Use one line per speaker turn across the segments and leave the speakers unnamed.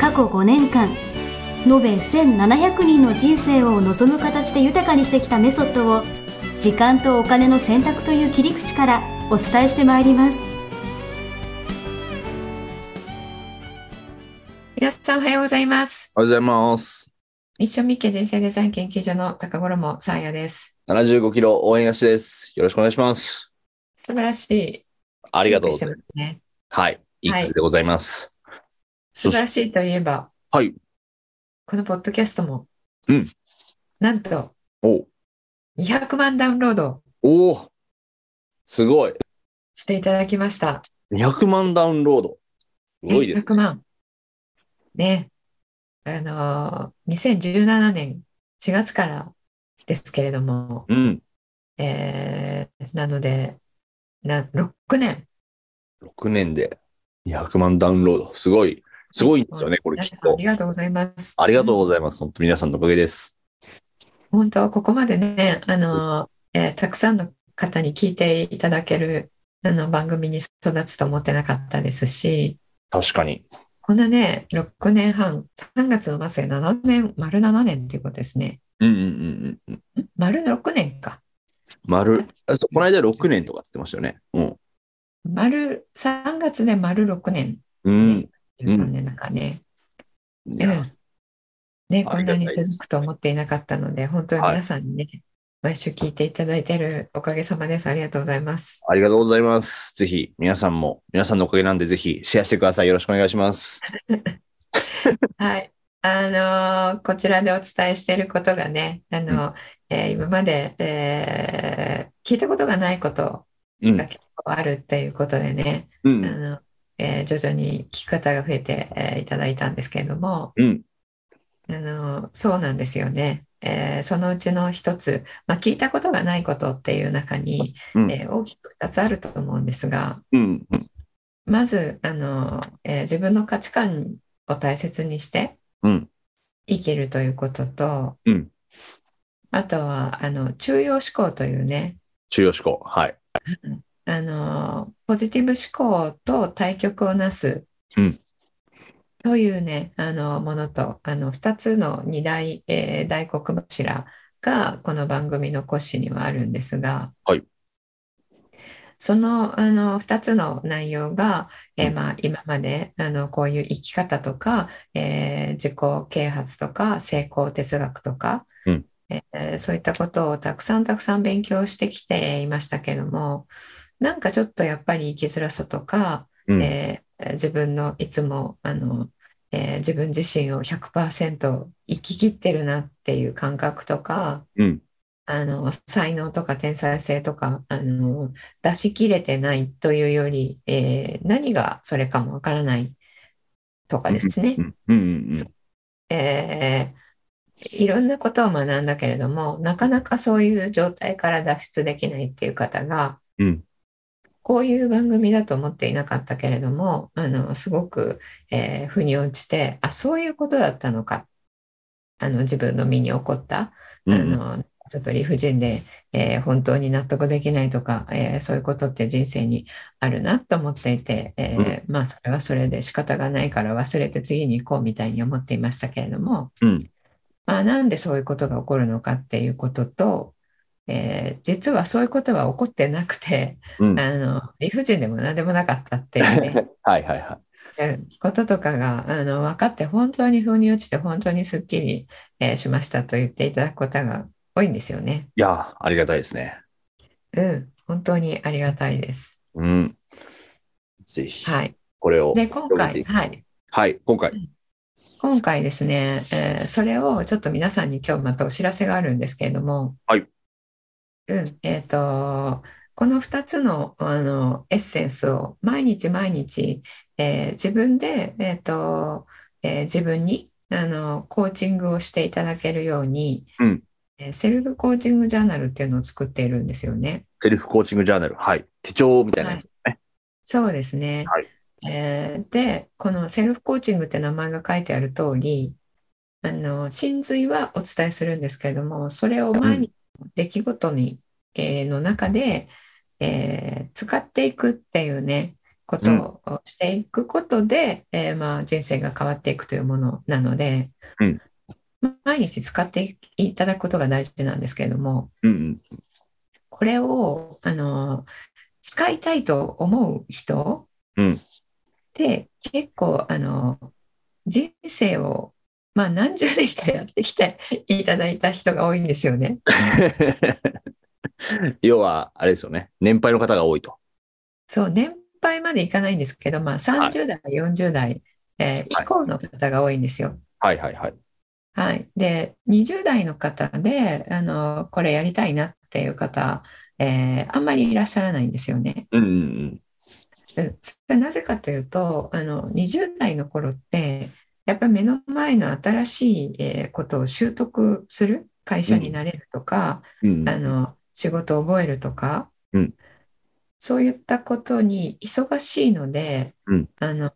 過去5年間延べ1700人の人生を望む形で豊かにしてきたメソッドを時間とお金の選択という切り口からお伝えしてまいります
皆さんおはようございます。
おはようございます。
一緒みっけ人生デザイン研究所の高頃もさあやです。
75キロ応援菓子です。よろしくお願いします。
素晴らしい。
あ
あ
りがとうございます。
ます、ね。
はい。いい
はい
感じでございます。
素晴らしいといえば、
はい。
このポッドキャストも、
うん
なんと
お
200万ダウンロード
おーすごい。
していただきました。
200万ダウンロード。すごいです。
200万。ね。あのー、2017年4月からですけれども、
うん。
えー、なので、な6年。
6年で200万ダウンロード。すごい。すごいんですよね、これ
皆
き
さ
っ
んあ
と
り。がとうございます。
ありがとうございます。本当皆さんのおかげです。
本当はここまでね、あの、えーたくさんの方に聞いていただけるあの番組に育つと思ってなかったですし、
確かに。
こんなね、6年半、3月の末で7年、丸7年っていうことですね。
うんうんうんうん。
ん丸6年か。
丸。あそうこの間6年とかって言ってましたよね。うん。
丸、3月で丸6年で
う
す
ん
ね。。13年なんかね。
い
うん
や
ね、
あ
こん
り
な
がたい
に
です
続くと思っていなかったので、本当に
はい
皆さんにね、毎週聞いていただいているおかげさまです。ありがとうございます。
ありがとうございます。ぜひ、皆さんも、皆さんのおかげなんで、ぜひ、シェアしてください。よろしくお願いします。
はい。あのーこちらでお伝えしていることがね、あのえー今まで、えー聞いたことがないこと
うん
が。結構あるっていうことでね、
う
あ
ん。
のえー徐々に聞き方が増えて、えーいただいたんですけれども、
うん。
あのそうなんですよね。えーそのうちの一つ、まあ、聞いたことがないことっていう中に、
うん
えー大きく2つあると思うんですが、
うん。
まず、あの、えー自分の価値観を大切にして
うん
生きるということと、
うん
あとは、あの、中庸思考というね、
中央思考。はい。
あの、ポジティブ思考と対極をなす
うん
というね、あの、ものと、あの、二つの二大、えー大黒柱が、この番組の骨子にはあるんですが、
はい
その、あの、二つの内容が、えーまあ、今まで、あの、こういう生き方とか、えー自己啓発とか、成功哲学とか、
うん
えーそういったことをたくさんたくさん勉強してきていましたけども、なんかちょっとやっぱり生きづらさとか、
うん。
えー自分のいつもあの、えー自分自身を100%生ききってるなっていう感覚とか、
うん
あの才能とか天才性とかあの出し切れてないというより、えー何がそれかもわからないとかですね
う、ん。うん。
えーいろんなことを学んだけれども、なかなかそういう状態から脱出できないっていう方が、
うん
こういう番組だと思っていなかったけれども、あの、すごく、えー腑に落ちて、あ、そういうことだったのか。あの、自分の身に起こった、
うん。う
あ
ん。
の、ちょっと理不尽で、えー本当に納得できないとか、えーそういうことって人生にあるなと思っていて、えーまあ、それはそれで仕方がないから忘れて次に行こうみたいに思っていましたけれども、
うん。
まあ、なんでそういうことが起こるのかっていうことと、えー実はそういうことは起こってなくて、
うん
あの理不尽でも何でもなかったっていう ね、
はいはいは
うんこととかがあの分かって本当に腑に落ちて本当にすっきり、えーしましたと言っていただくことが多いんですよね。
い。いや、ありがたいですね。
うん、本当にありがたいです。
うん。ぜひ、
はい。
これを。
で、今回、はい。
はい。今回。
今回ですね、えーそれをちょっと皆さんに今日またお知らせがあるんですけれども、
はい。
うん、えっと、この2つの、あのエッセンスを毎日毎日、えー自分で、えっと、えー自分にあのコーチングをしていただけるように、
うん
えーセルフコーチングジャーナルっていうのを作っているんですよね。
セルフコーチングジャーナル。はい。手帳みたいなやつ。
そうですね、
はい
えーでこのセルフコーチングって名前が書いてある通りあの真髄はお伝えするんですけれどもそれを毎日の出来事に、えーの中で、えー使っていくっていうねことをしていくことで、えーまあ、人生が変わっていくというものなので、
うん
毎日使っていただくことが大事なんですけれども
うん
これをあの使いたいと思う人
うん
で結構あの人生を、まあ、何十年かやってきていただいた人が多いんですよね。
うん。 要は、あれですよね。年配の方が多いと。
そう年配までいかないんですけど、まあ、30代、40代、えー
はい
以降の方が多いんですよ。
はいはいはい。
はい、で20代の方であのこれやりたいなっていう方、えーあんまりいらっしゃらないんですよね。
うんうん
うんそれなぜかというとあの20代の頃ってやっぱり目の前の新しいえーことを習得する会社になれるとか、
うん。
あの仕事を覚えるとか、
うん
そういったことに忙しいので、
うん
あの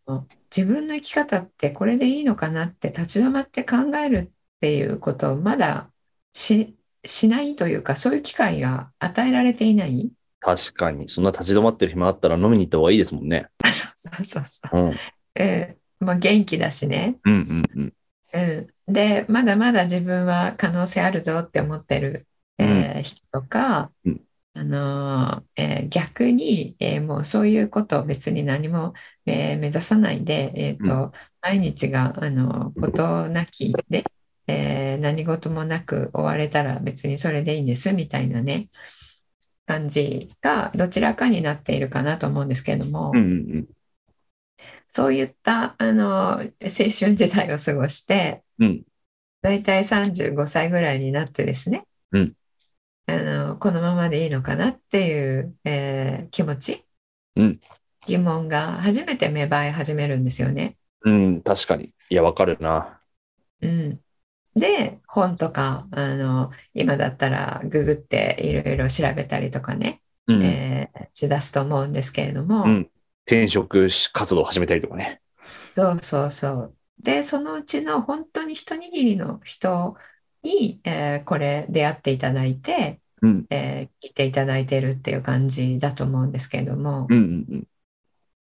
自分の生き方ってこれでいいのかなって立ち止まって考えるっていうことをまだししないというかそういう機会が与えられていない。
確かに。そんな立ち止まってる暇あったら飲みに行った方がいいですもんね。
あそうそうそうそう
うん。
えーまあ、元気だしね、
うんうんうん。
うん、でまだまだ自分は可能性あるぞって思ってる、えー人とか、
うん
あのーえー逆に、えーもうそういうことを別に何も、えー目指さないで、えーと毎日が、あのーことなきで、えー何事もなく終われたら別にそれでいいんですみたいなね感じがどちらかになっているかなと思うんですけれども。
うんうん
そういったあの青春時代を過ごして、
うん
だいたい35歳ぐらいになってですね、
うん
あのこのままでいいのかなっていう、えー気持ち、
うん
疑問が初めて芽生え始めるんですよね。
うん。うん、確かに。いや、わかるな。
うん、で本とかあの今だったらググっていろいろ調べたりとかね、
うん。
えーしだすと思うんですけれども。
うん転職し活動を始めたりとかね。
そうそうそう。で、そのうちの本当に一握りの人に、えーこれ出会っていただいて、
うん。
えー聞いていただいてるっていう感じだと思うんですけれども、
うんうんうん。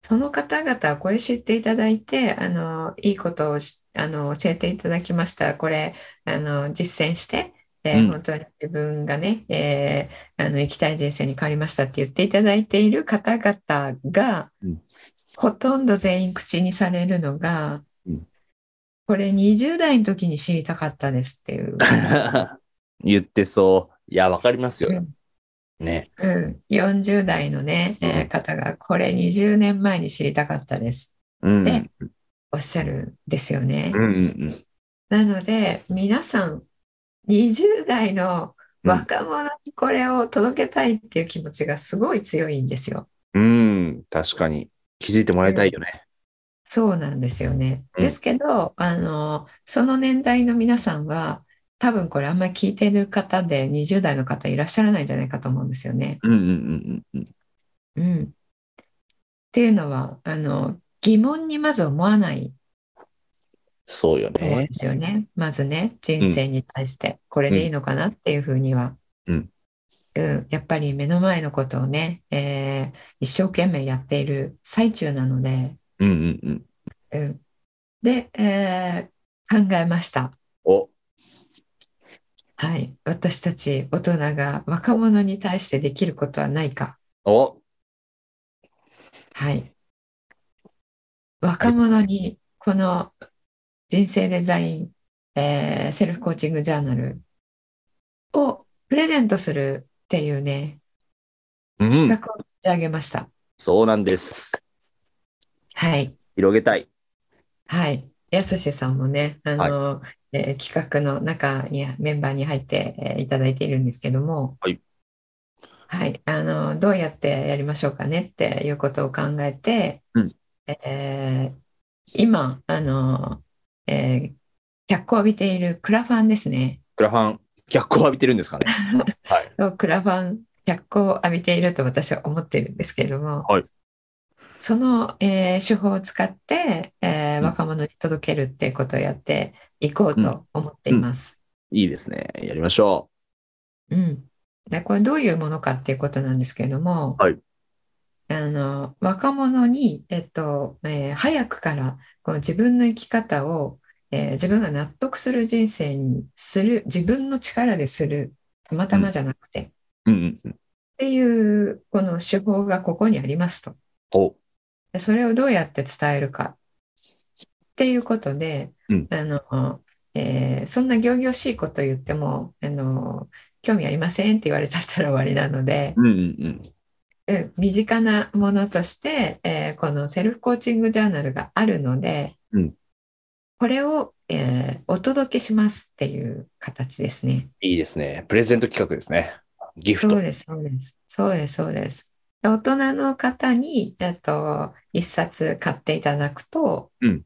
その方々はこれ知っていただいて、あの、いいことをしあの、教えていただきました。これ、あの、実践して、で
うん
本当に自分がね、えーあの、生きたい人生に変わりましたって言っていただいている方々が
うん、
ほとんど全員口にされるのが
うん、
これ20代の時に知りたかったですって いう、
言ってそう。いや、わかります
う
よ
ん。
ね。
うん、40代のね、えー
うん
方が、これ20年前に知りたかったです、
うん。うん
ねおっしゃるんですよね。
うん
なので皆さん20代の若者にこれを届けたいっていう気持ちがすごい強いんですよ。
うん。うん。確かに。気づいてもらいたいよね。
そうなんですよね。
うん
ですけど、あの、その年代の皆さんは多分これあんまり聞いてる方で20代の方いらっしゃらないんじゃないかと思うんですよね。
うんうんうんうんうん。
うん。っていうのは、あの、疑問にまず思わない
そうよ
と思うん
ね。
ですよね。まずね、人生に対して、これでいいのかなっていうふうには。
うん
うんやっぱり目の前のことをね、えー一生懸命やっている最中なので、
うんうんうん。
うん、で、えー考えました。
お、
はい。私たち大人が若者に対してできることはないか。
お、
はい。若者にこの人生デザイン、えーセルフコーチングジャーナルをプレゼントするっていうね、
う
企画
ん。
を立ち上げました。
そうなんです。
はい。
広げたい。
はい。やすしさんもね、あの、えー企画の中にメンバーに入って、えーいただいているんですけども、
はい。
はい、あの、どうやってやりましょうかねっていうことを考えて、
うん
えー今、あの、えー脚光を浴びているクラファンですね。
クラファン、逆光浴びてるんで すかね。はい。
クラファン脚光を浴びていると私は思っているんですけれども、
はい
その、えー手法を使って、えー
うん
若者に届けるっていうことをやっていこうと思っています。
いいですね。やりましょ
うんでこれどういうものかっていうことなんですけれども、
はい
あの若者に、えっとえー早くからこう自分の生き方を、えー自分が納得する人生にする自分の力でするたまたまじゃなくて、
う。うんうんうん。
っていうこの手法がここにありますと。
お
でそれをどうやって伝えるかっていうことで、
うん
あのえーそんな仰々しいこと言ってもあの興味ありませんって言われちゃったら終わりなので、
うんうんうん。
うん身近なものとして、えーこのセルフコーチングジャーナルがあるので、
うん
これを、えーお届けしますっていう形ですね。
いいですね。プレゼント企画ですね。ギフ
そ
ト
う。です、そうです。そうです、そうです。で大人の方に、えっと、一冊買っていただくと、
うん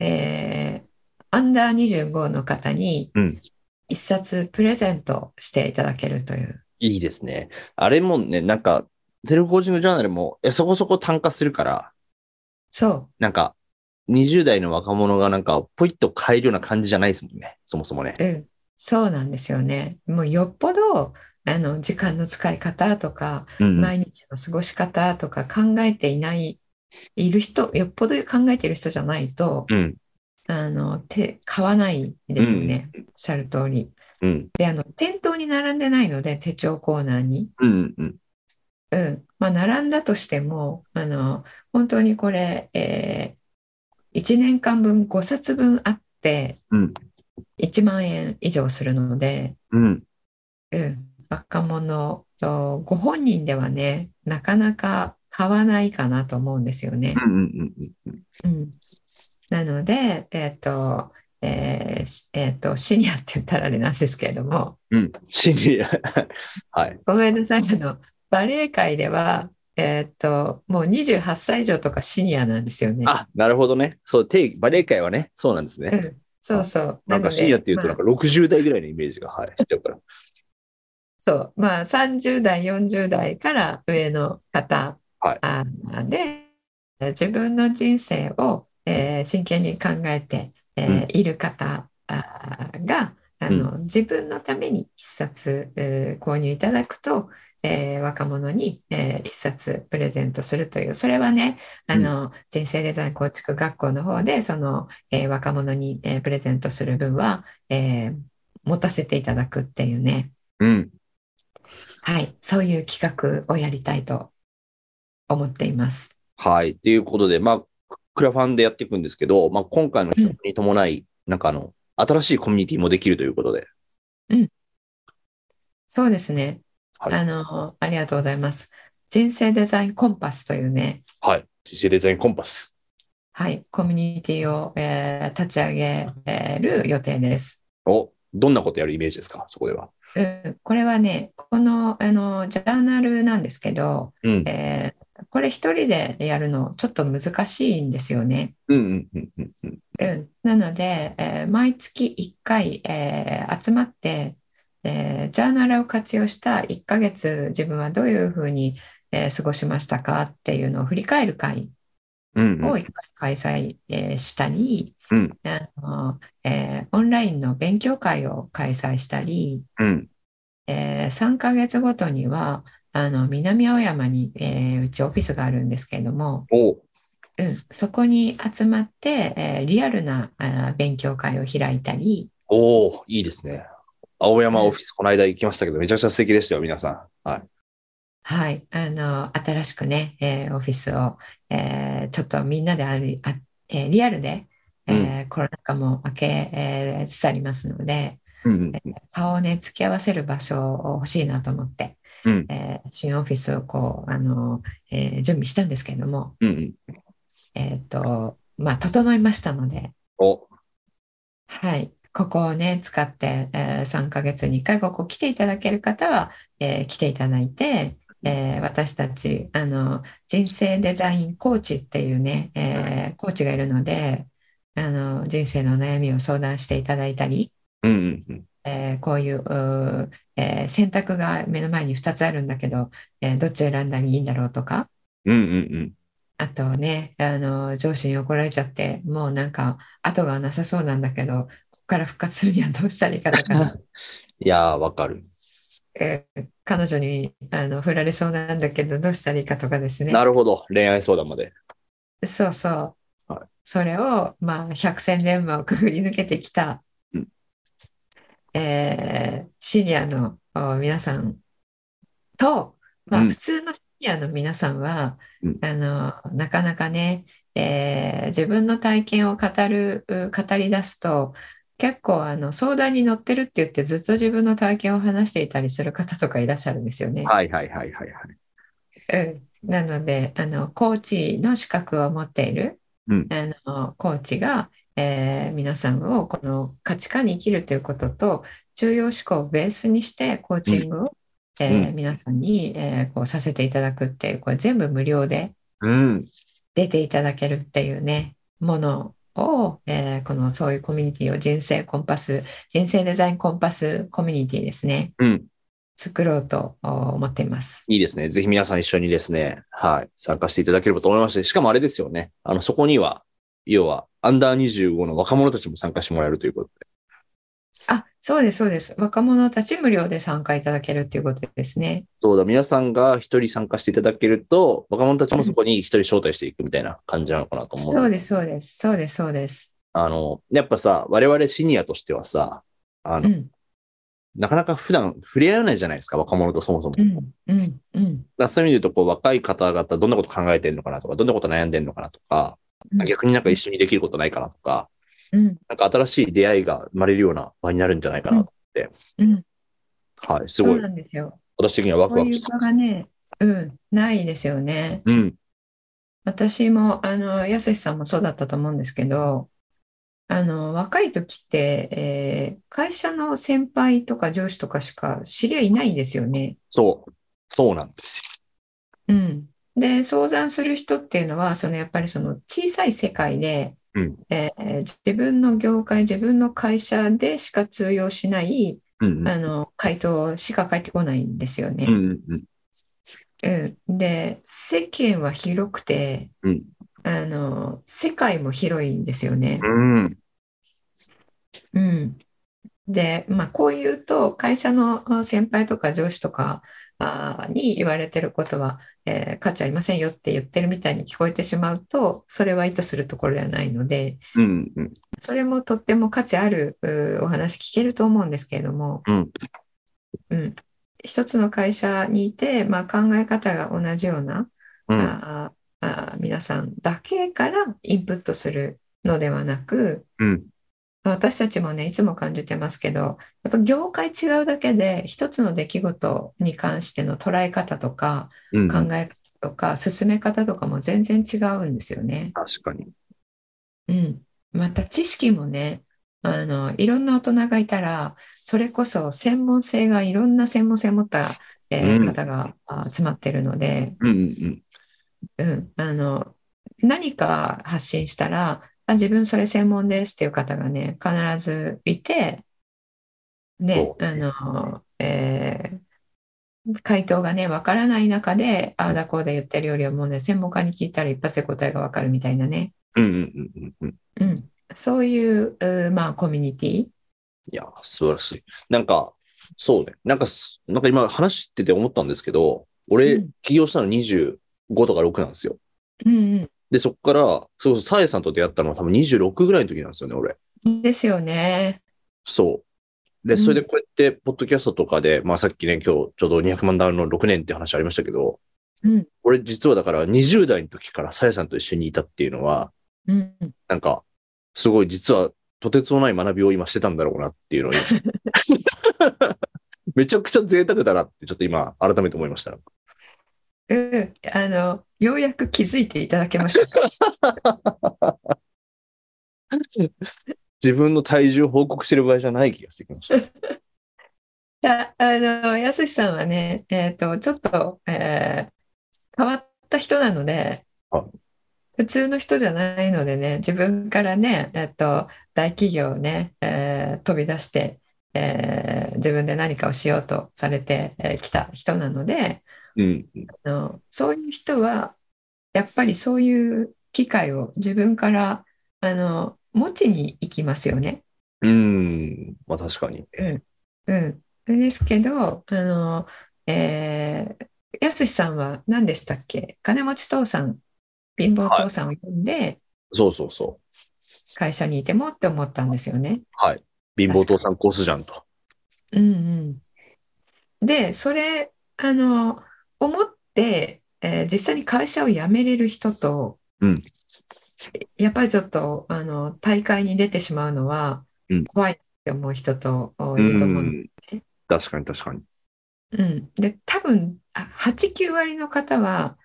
えーアンダー25の方に
うん
一冊プレゼントしていただけるという。
いいですね。あれもね、なんか、セルフコーチングジャーナルも、いやそこそこ単価するから、
そ
なんか、20代の若者がなんか、ポイッと買えるような感じじゃないですもんね。そもそもね。
う、うん、そうなんですよね。もうよっぽど、あの、時間の使い方とか、
うんうん
毎日の過ごし方とか考えていない、いる人、よっぽど考えている人じゃないと、
うん。
あの、手、買わないですよね。おっしゃる通り。
うん。
で、あの、店頭に並んでないので、手帳コーナーに。
うん。うん。
うん。まあ、並んだとしても、あの、本当にこれ、え1年間分5冊分あって、
うん
1万円以上するので、
うん。
うん。若者と、ご本人ではね、なかなか買わないかなと思うんですよね。
うん。うん。うん。
うんなので、えっと、えーしえっと、シニアって言ったらあれなんですけれども、
うん。 シニア。はい。
ごめんなさい、あの、バレエ界では、えっと、もう28歳以上とかシニアなんですよね。
あ、なるほどね。そう、定義バレエ界はね、そうなんです
う
ね。
ん、そうそう。
なん
な
か
の
シニアっていうと、な
ま
ん
あ
か60代ぐらいのイメージが、はい、しちゃうから。
そう、まあ、30代、40代から上の方、
はい
あで、自分の人生を、えー真剣に考えて、えーいる方あが、あの自分のために一冊、えー購入いただくと、えー若者に、えー一冊プレゼントするという、それはね、あの人生デザイン構築学校の方で、その、えー若者に、えープレゼントする分は、えー持たせていただくっていうね。
うん。
はい、そういう企画をやりたいと思っています。
はい。ということで、まあ、クラファンでやっていくんですけど、まあ、今回の企画に伴い、なんかあの、新しいコミュニティもできるということで。
そうですね。
はい
あの、ありがとうございます。人生デザインコンパスというね、
はい。人生デザインコンパス。
はい、コミュニティを、えー立ち上げる予定です。
をどんなことやるイメージですかそこでは。
うん、これはね、この、あの、ジャーナルなんですけど、
うん。
えーこれ一人でやるのちょっと難しいんですよね。
うんうんうんうんうん。
うん、なので、えー毎月1回、えー集まって、えージャーナルを活用した1ヶ月自分はどういうふうに、えー過ごしましたかっていうのを振り返る会
うん
を
うん。
1回開催、えーしたり、
うん
あのえーオンラインの勉強会を開催したり、
うん。
え3ヶ月ごとにはあの南青山に、えーうちオフィスがあるんですけれども、
おう
うん、そこに集まって、えーリアルなあー勉強会を開いたり、
おういいですね。青山オフィス、この間行きましたけど、めちゃくちゃ素敵でしたよ、皆さん。はい。
はい、あの新しくね、えーオフィスを、えーちょっとみんなであるあ、えーリアルで、えーコロナ禍も明け、えーつつありますので
うん
顔をね突き合わせる場所を欲しいなと思って、
うん
えー新オフィスをこうあの、えー準備したんですけれども、
うんうん。
えーとまあ、整いましたので、
お
はい、ここをね使って、えー3ヶ月に1回ここ来ていただける方は、えー来ていただいて、えー私たちあの人生デザインコーチっていうね、えーコーチがいるので、あの人生の悩みを相談していただいたり、
うんうんうん。
えーこういううー、えー選択が目の前に2つあるんだけど、えーどっちを選んだらいいんだろうとか、
うんうんうん。
あとね、あの上司に怒られちゃって、もうなんか後がなさそうなんだけど、ここから復活するにはどうしたらいいかと か、
いやー、わかる。
えー彼女にあの振られそうなんだけど、どうしたらいいかとかですね。
なるほど。恋愛相談まで。
そうそう。
は
それを、まあ、百戦錬磨をくぐり抜けてきた、
うん
えーシニアのお皆さんと、ま
う
あ、
ん
普通のシニアの皆さんは、
うん
あのなかなかね、えー自分の体験を語るう語り出すと結構あの相談に乗ってるって言ってずっと自分の体験を話していたりする方とかいらっしゃるんですよね。
はいはいはいはいはい。
うんなのであのコーチの資格を持っている、
うん
あのコーチが、えー皆さんをこの価値観に生きるということと重要思考をベースにしてコーチングを、えー
うん
皆さんに、えーこうさせていただくっていうこれ全部無料で
うん。
出ていただけるっていうねものを、えーこのそういうコミュニティを人生コンパス人生デザインコンパスコミュニティですね
うん。
作ろうとお思っています。
いいですね。ぜひ皆さん一緒にですね、はい、参加していただければと思いまして、しかもあれですよね。あの、そこには、要は、アンダー25の若者たちも参加してもらえるということで。
あ、そうです、そうです。若者たち無料で参加いただけるっていうことですね。
そうだ、皆さんが一人参加していただけると、若者たちもそこに一人招待していくみたいな感じなのかなと思う。
そうです、そうです、そうです、そうです。
あの、やっぱさ、我々シニアとしてはさ、あ
う
の、
ん、
なかなか普段触れ合えないじゃないですか、若者とそもそも。
うん、うん、うん。
だからそういう意味で言うと、こう、若い方々、どんなこと考えてるのかなとか、どんなこと悩んでるのかなとか、
うん
逆になんか一緒にできることないかなとか、
うん、
なんか新しい出会いが生まれるような場になるんじゃないかなと。
うん、
はい、す
そ
ご
う
い
な。んですよ。
私的にはワク
こ
ワ
う
ク
い
し
う
て
場
ます
が。ね、うん、ないですよね。
うん。
私も、あの、やすしさんもそうだったと思うんですけど、あの、若い時って、えー会社の先輩とか上司とかしか知り合いいないんですよね。
そう。そうなんです
うん、で相談する人っていうのはそのやっぱりその小さい世界で、
うん
えー自分の業界自分の会社でしか通用しない
よ。うんうん。
あの回答しか返ってこないんですよ
うん
ね。
うん
うん、で世間は広くて
うん
あの世界も広いんですよね。
うん。うん。
うん、で、まあ、こう言うと会社の先輩とか上司とかあーに言われてることは、えー価値ありませんよって言ってるみたいに聞こえてしまうとそれは意図するところではないので
うんうん。
それもとっても価値あるうーお話聞けると思うんですけれども、
うん
うん一つの会社にいて、まあ、考え方が同じような、
うん。
あーあー皆さんだけからインプットするのではなく、
うん。
私たちもね、いつも感じてますけど、やっぱ業界違うだけで、一つの出来事に関しての捉え方とか、
うん。
考え方とか、進め方とかも全然違うんですよね。
確かに。
うん。また知識もね、あの、いろんな大人がいたら、それこそ専門性がいろんな専門性を持った、えー
うん
方があ集まってるので、
うんうん
うん、あの、何か発信したら、あ、自分それ専門ですっていう方がね、必ずいて、ね
そ、う
あの、えー回答がね、わからない中で、ああだこうだ言ってるよりはもうね、専門家に聞いたら一発で答えがわかるみたいなね、
うん。うんうんうんうん。
うん、そういう、うーまあ、コミュニティ。
いや、素晴らしい。なんか、そうね。なんかす、なんか今話してて思ったんですけど、
う
俺
ん、
起業したの25とか6なんですよ。
うん
で、そっから、そうそう、さえさんと出会ったのは多分26ぐらいの時なんですよね、俺。
うん、ですよね。
そう。
う
で、
ん
それでこうやって、ポッドキャストとかで、まあさっきね、今日ちょうど200万ダウンロード6年って話ありましたけど、
うん
俺実はだから20代の時からさやさんと一緒にいたっていうのは、
うん、
なんか、すごい実はとてつもない学びを今してたんだろうなっていうのを 今めちゃくちゃ贅沢だなってちょっと今改めて思いました。
うん、あの、ようやく気づいていただけましたか。
自分の体重を報告してる場合じゃない気がしてきまし た。
いや、あの、やすしさんはね、えっと、ちょっと、えー変わった人なので
あ、
普通の人じゃないのでね、自分からね、えっと、大企業をね、えー飛び出して、えー自分で何かをしようとされてえーきた人なので、
うん。
あのそういう人は、やっぱりそういう機会を自分からあの持ちに行きますよね。
うん。まあ確かに。
うん、ですけど、あの、えー、やすしさんは何でしたっけ金持ち父さん、貧乏父さんを呼んで
そうそうそう。
会社にいてもって思ったんですよね。
はい。貧乏父さんコースじゃんと。
うんうん。で、それ、あの、思って、えー実際に会社を辞めれる人と
うん、
やっぱりちょっと、あの、大会に出てしまうのは
うん
怖いって思う人と、お
う
いると思うんで
ん。確かに確かに。
うん、で多分あ8、9割の方は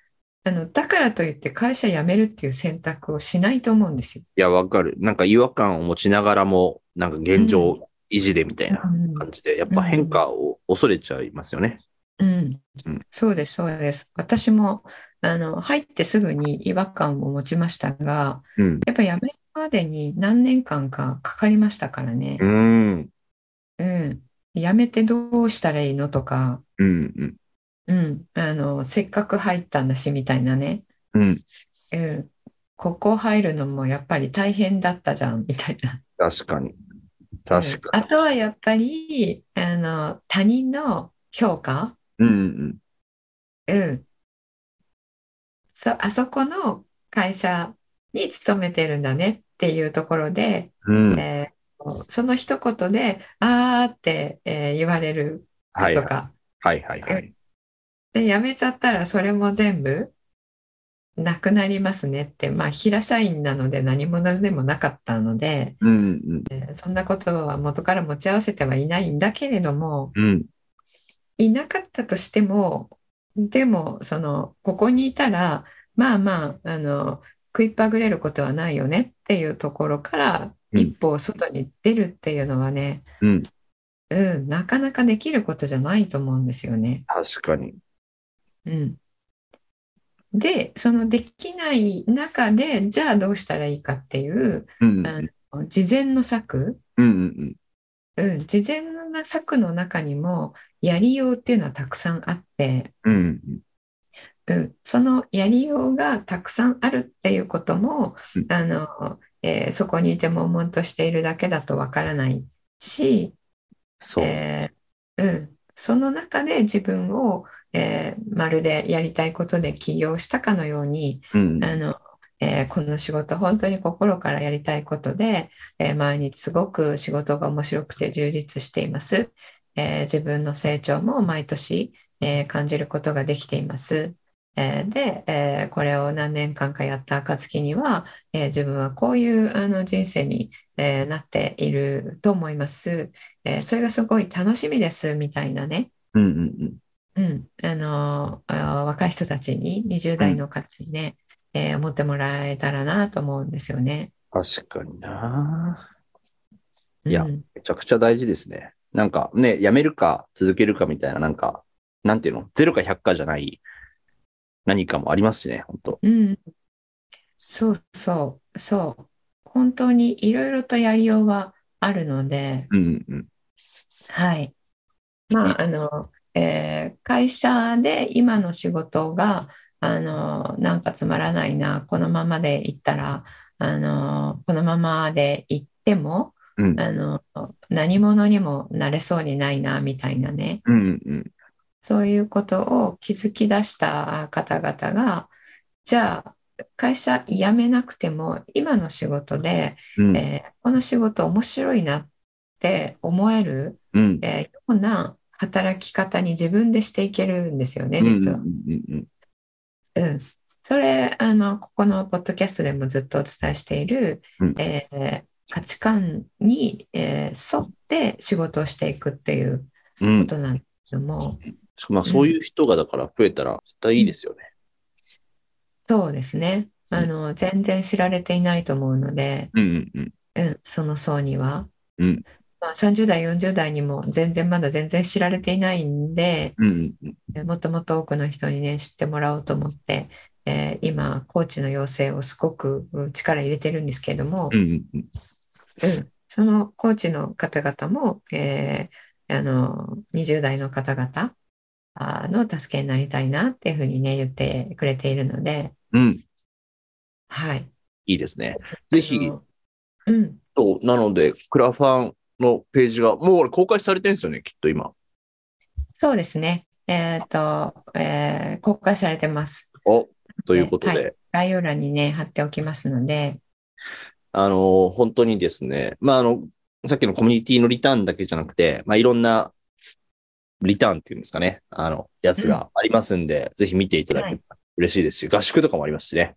あのだからといって会社辞めるっていう選択をしないと思うんですよ。
いや、わかる。なんか違和感を持ちながらも、なんか現状維持でみたいな感じで、やっぱ変化を恐れちゃいますよね。
うん
うん
そうですそうです。私もあの入ってすぐに違和感を持ちましたが
うん。
やっぱ辞めるまでに何年間かかかりましたからね
う。ん。
うん、辞めてどうしたらいいのとか、
うん。
う
うん。
ん、あのせっかく入ったんだしみたいなね。
うん。
うん、ここ入るのもやっぱり大変だったじゃんみたいな。
確かに。確か
あとはやっぱりあの他人の評価、
に。うん。うん。
うん、そあそこの会社に勤めてるんだねっていうところで、
うん。はい
えーその一言で「あー」って、えー言われる
はい
とか、
はいはい。
で辞めちゃったらそれも全部なくなりますねってまあ平社員なので何者でもなかったので、
うん。うん。
えーそんなことは元から持ち合わせてはいないんだけれども。
うん。
いなかったとしても、でも、その、ここにいたら、まあまあ、あの、食いっぱぐれることはないよねっていうところから、
うん
一歩外に出るっていうのはね、
うん。
うん、なかなかできることじゃないと思うんですよね。
確かに。
うん。で、そのできない中で、じゃあどうしたらいいかっていう、
うん。
あの事前の策、
うん。うん。
うん、事前の策の中にも、やりようっていうのはたくさんあって、
うん。
うん、そのやりようがたくさんあるっていうことも、
うん
あの、えーそこにいて悶々としているだけだとわからないし、
そう。
えーうん、その中で自分を、えーまるでやりたいことで起業したかのように、
うん。
あの、えーこの仕事本当に心からやりたいことで、えー毎日すごく仕事が面白くて充実しています。えー自分の成長も毎年、えー感じることができています。えーで、えーこれを何年間かやった暁には、えー自分はこういうあの人生に、えーなっていると思います。えーそれがすごい楽しみですみたいなね。
うん。うん。
うん、あのあー若い人たちに、20代の方にね、えー思ってもらえたらなと思うんですよね。
確かにな。
うん
いやめちゃくちゃ大事ですね。なんかね、やめるか続けるかみたいな、なんか、なんていうの、ゼロか100かじゃない何かもありますしね、本当
うん、そうそう、そう。本当にいろいろとやりようはあるので、
うんうん。
はい。まあ、あの、えー会社で今の仕事が、あの、なんかつまらないな、このままで行ったら、あの、このままで行っても、
うん
あの、何者にもなれそうにないな、みたいなね、
うんうん。
そういうことを気づき出した方々が、じゃあ、会社辞めなくても、今の仕事で、
うん
えーこの仕事面白いなって思える、
うん。
えーような働き方に自分でしていけるんですよね、
うんうん
実は。
うん
うん、それあの、ここのポッドキャストでもずっとお伝えしている、
うん
えー価値観に、えー沿って仕事をしていくっていう
うんう
こ
ん
となんですけども、
まあ、そういう人がだから増えたら絶対いいですよね。
そうですねあの、全然知られていないと思うので、
うんうん
うん、その層には。
うん
まあ、30代、40代にも全然まだ全然知られていないんで、
うんうんうん
もっともっと多くの人にね、知ってもらおうと思って、えー今、コーチの養成をすごくうん力入れてるんですけれども、
うんうん
うんそのコーチの方々も、えーあの20代の方々あの助けになりたいなっていうふうにね言ってくれているので、
うん。うん。
はい。
いいですね。ぜひ
あ、のうん、
そうなので、クラファンのページが、もう俺公開されてるんですよね、きっと今。
そうですね。えっ、と、えー公開されてます。
おということで、
は概要欄にね、貼っておきますので、
あの、本当にですね、まあ、あの、さっきのコミュニティのリターンだけじゃなくて、まあ、いろんなリターンっていうんですかね、あの、やつがありますんで、ぜひ見ていただけたら嬉しいですし、合宿とかもありますしね。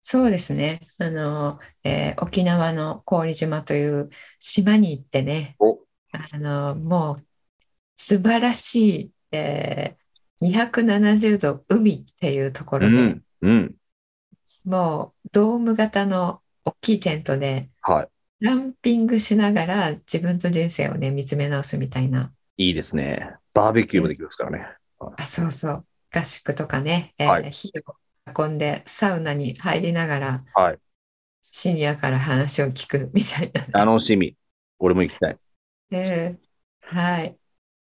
そうですね。あの、えー沖縄の郡島という島に行ってね、
お
あの、もう素晴らしい、えー270度海っていうとこ
う
ろで、
ん、うん、
もうドーム型の大きいテントで、
は
グランピングしながら自分と人生をね、見つめ直すみたいな、
い。いいですね。バーベキューもできますからね。
あ、そうそう、合宿とかね、えー
はい
火を運んでサウナに入りながら、
はい。
シニアから話を聞くみたいな。
楽しみ。俺も行きたい。
ええはい。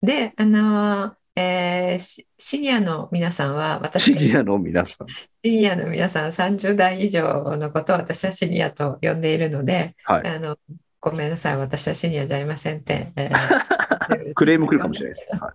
で、あのーえーシシニアの皆さんは、私
シ
はシ
ニアの皆さん。
ニアの皆さん、30代以上のことを私はシニアと呼んでいるので、
はい
あの、ごめんなさい、私はシニアじゃありませんって、えー
クレーム来るかもしれないです。はい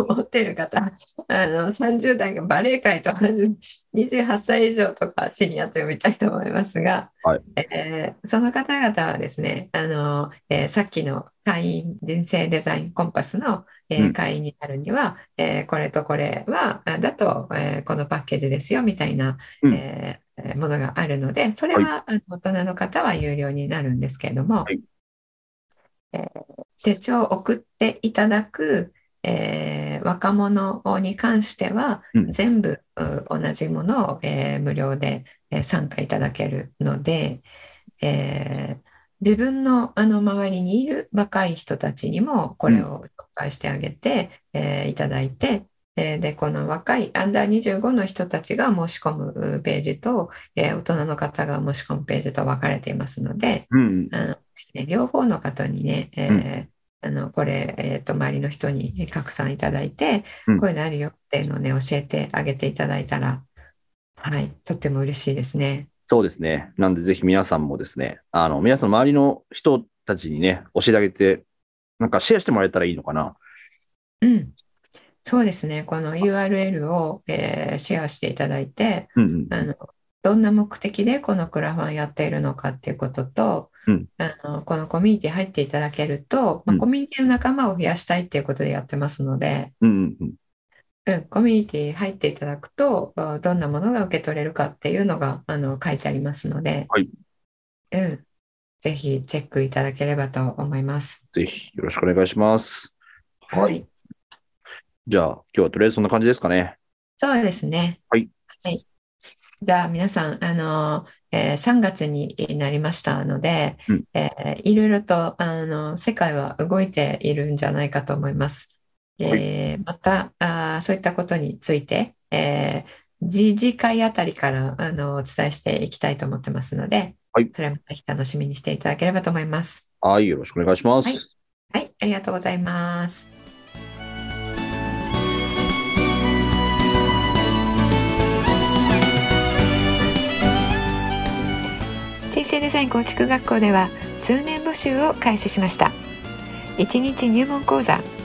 思ってる方、あの、30代がバレエ界と同じ28歳以上とかシニアと呼びたいと思いますが、
はい
えーその方々はですね、あの、えーさっきの会員人生デザインコンパスの、えー
うん
会員になるには、えーこれとこれは、あだと、えーこのパッケージですよ、みたいな、
うん
えーものがあるので、それは、あの大人の方は有料になるんですけれども、
はい
えー手帳を送っていただく、えー若者に関しては、
うん
全部う同じものを、えー無料で、えー参加いただけるので、えー自分のあの周りにいる若い人たちにもこれを紹介してあげて、えーいただいて、えーでこの若いアンダー25の人たちが申し込むうページと、えー大人の方が申し込むページと分かれていますので、
うん。
あのね両方の方にね、えーあのこれ、えーと周りの人にえー拡散いただいて、
うん
こういうのあるよっていうのをね教えてあげていただいたら、はい、とっても嬉しいですね。
そうですね。なんで、ぜひ皆さんもですね、あの、皆さんの周りの人たちにね、教えてあげて、なんかシェアしてもらえたらいいのかな。
うん、そうですねこの URL を、えーシェアしていただいて
うんうん。
あのどんな目的でこのクラファンやっているのかっていうことと、
うん
あのこのコミュニティ入っていただけると、まあ
うん
コミュニティの仲間を増やしたいっていうことでやってますので、
うんうん
うん、コミュニティ入っていただくと、あどんなものが受け取れるかっていうのが、あの、書いてありますので、
はい
うん、ぜひチェックいただければと思います。
ぜひ、よろしくお願いします。。
はい
じゃあ、今日はとりあえずそんな感じですかね。
そうですね。
はい。
はい。じゃあ皆さん、あの、えー3月になりましたので、
うん
えーいろいろと、あの、世界は動いているんじゃないかと思います。えーまた、あーそういったことについて、えー、次次回あたりから、あの、お伝えしていきたいと思ってますので、
はい
それもぜひ楽しみにしていただければと思います。
はい、よろしくお願いします。
はいはい、ありがとうございます。
人生デザイン構築学校では通年募集を開始しました1日入門講座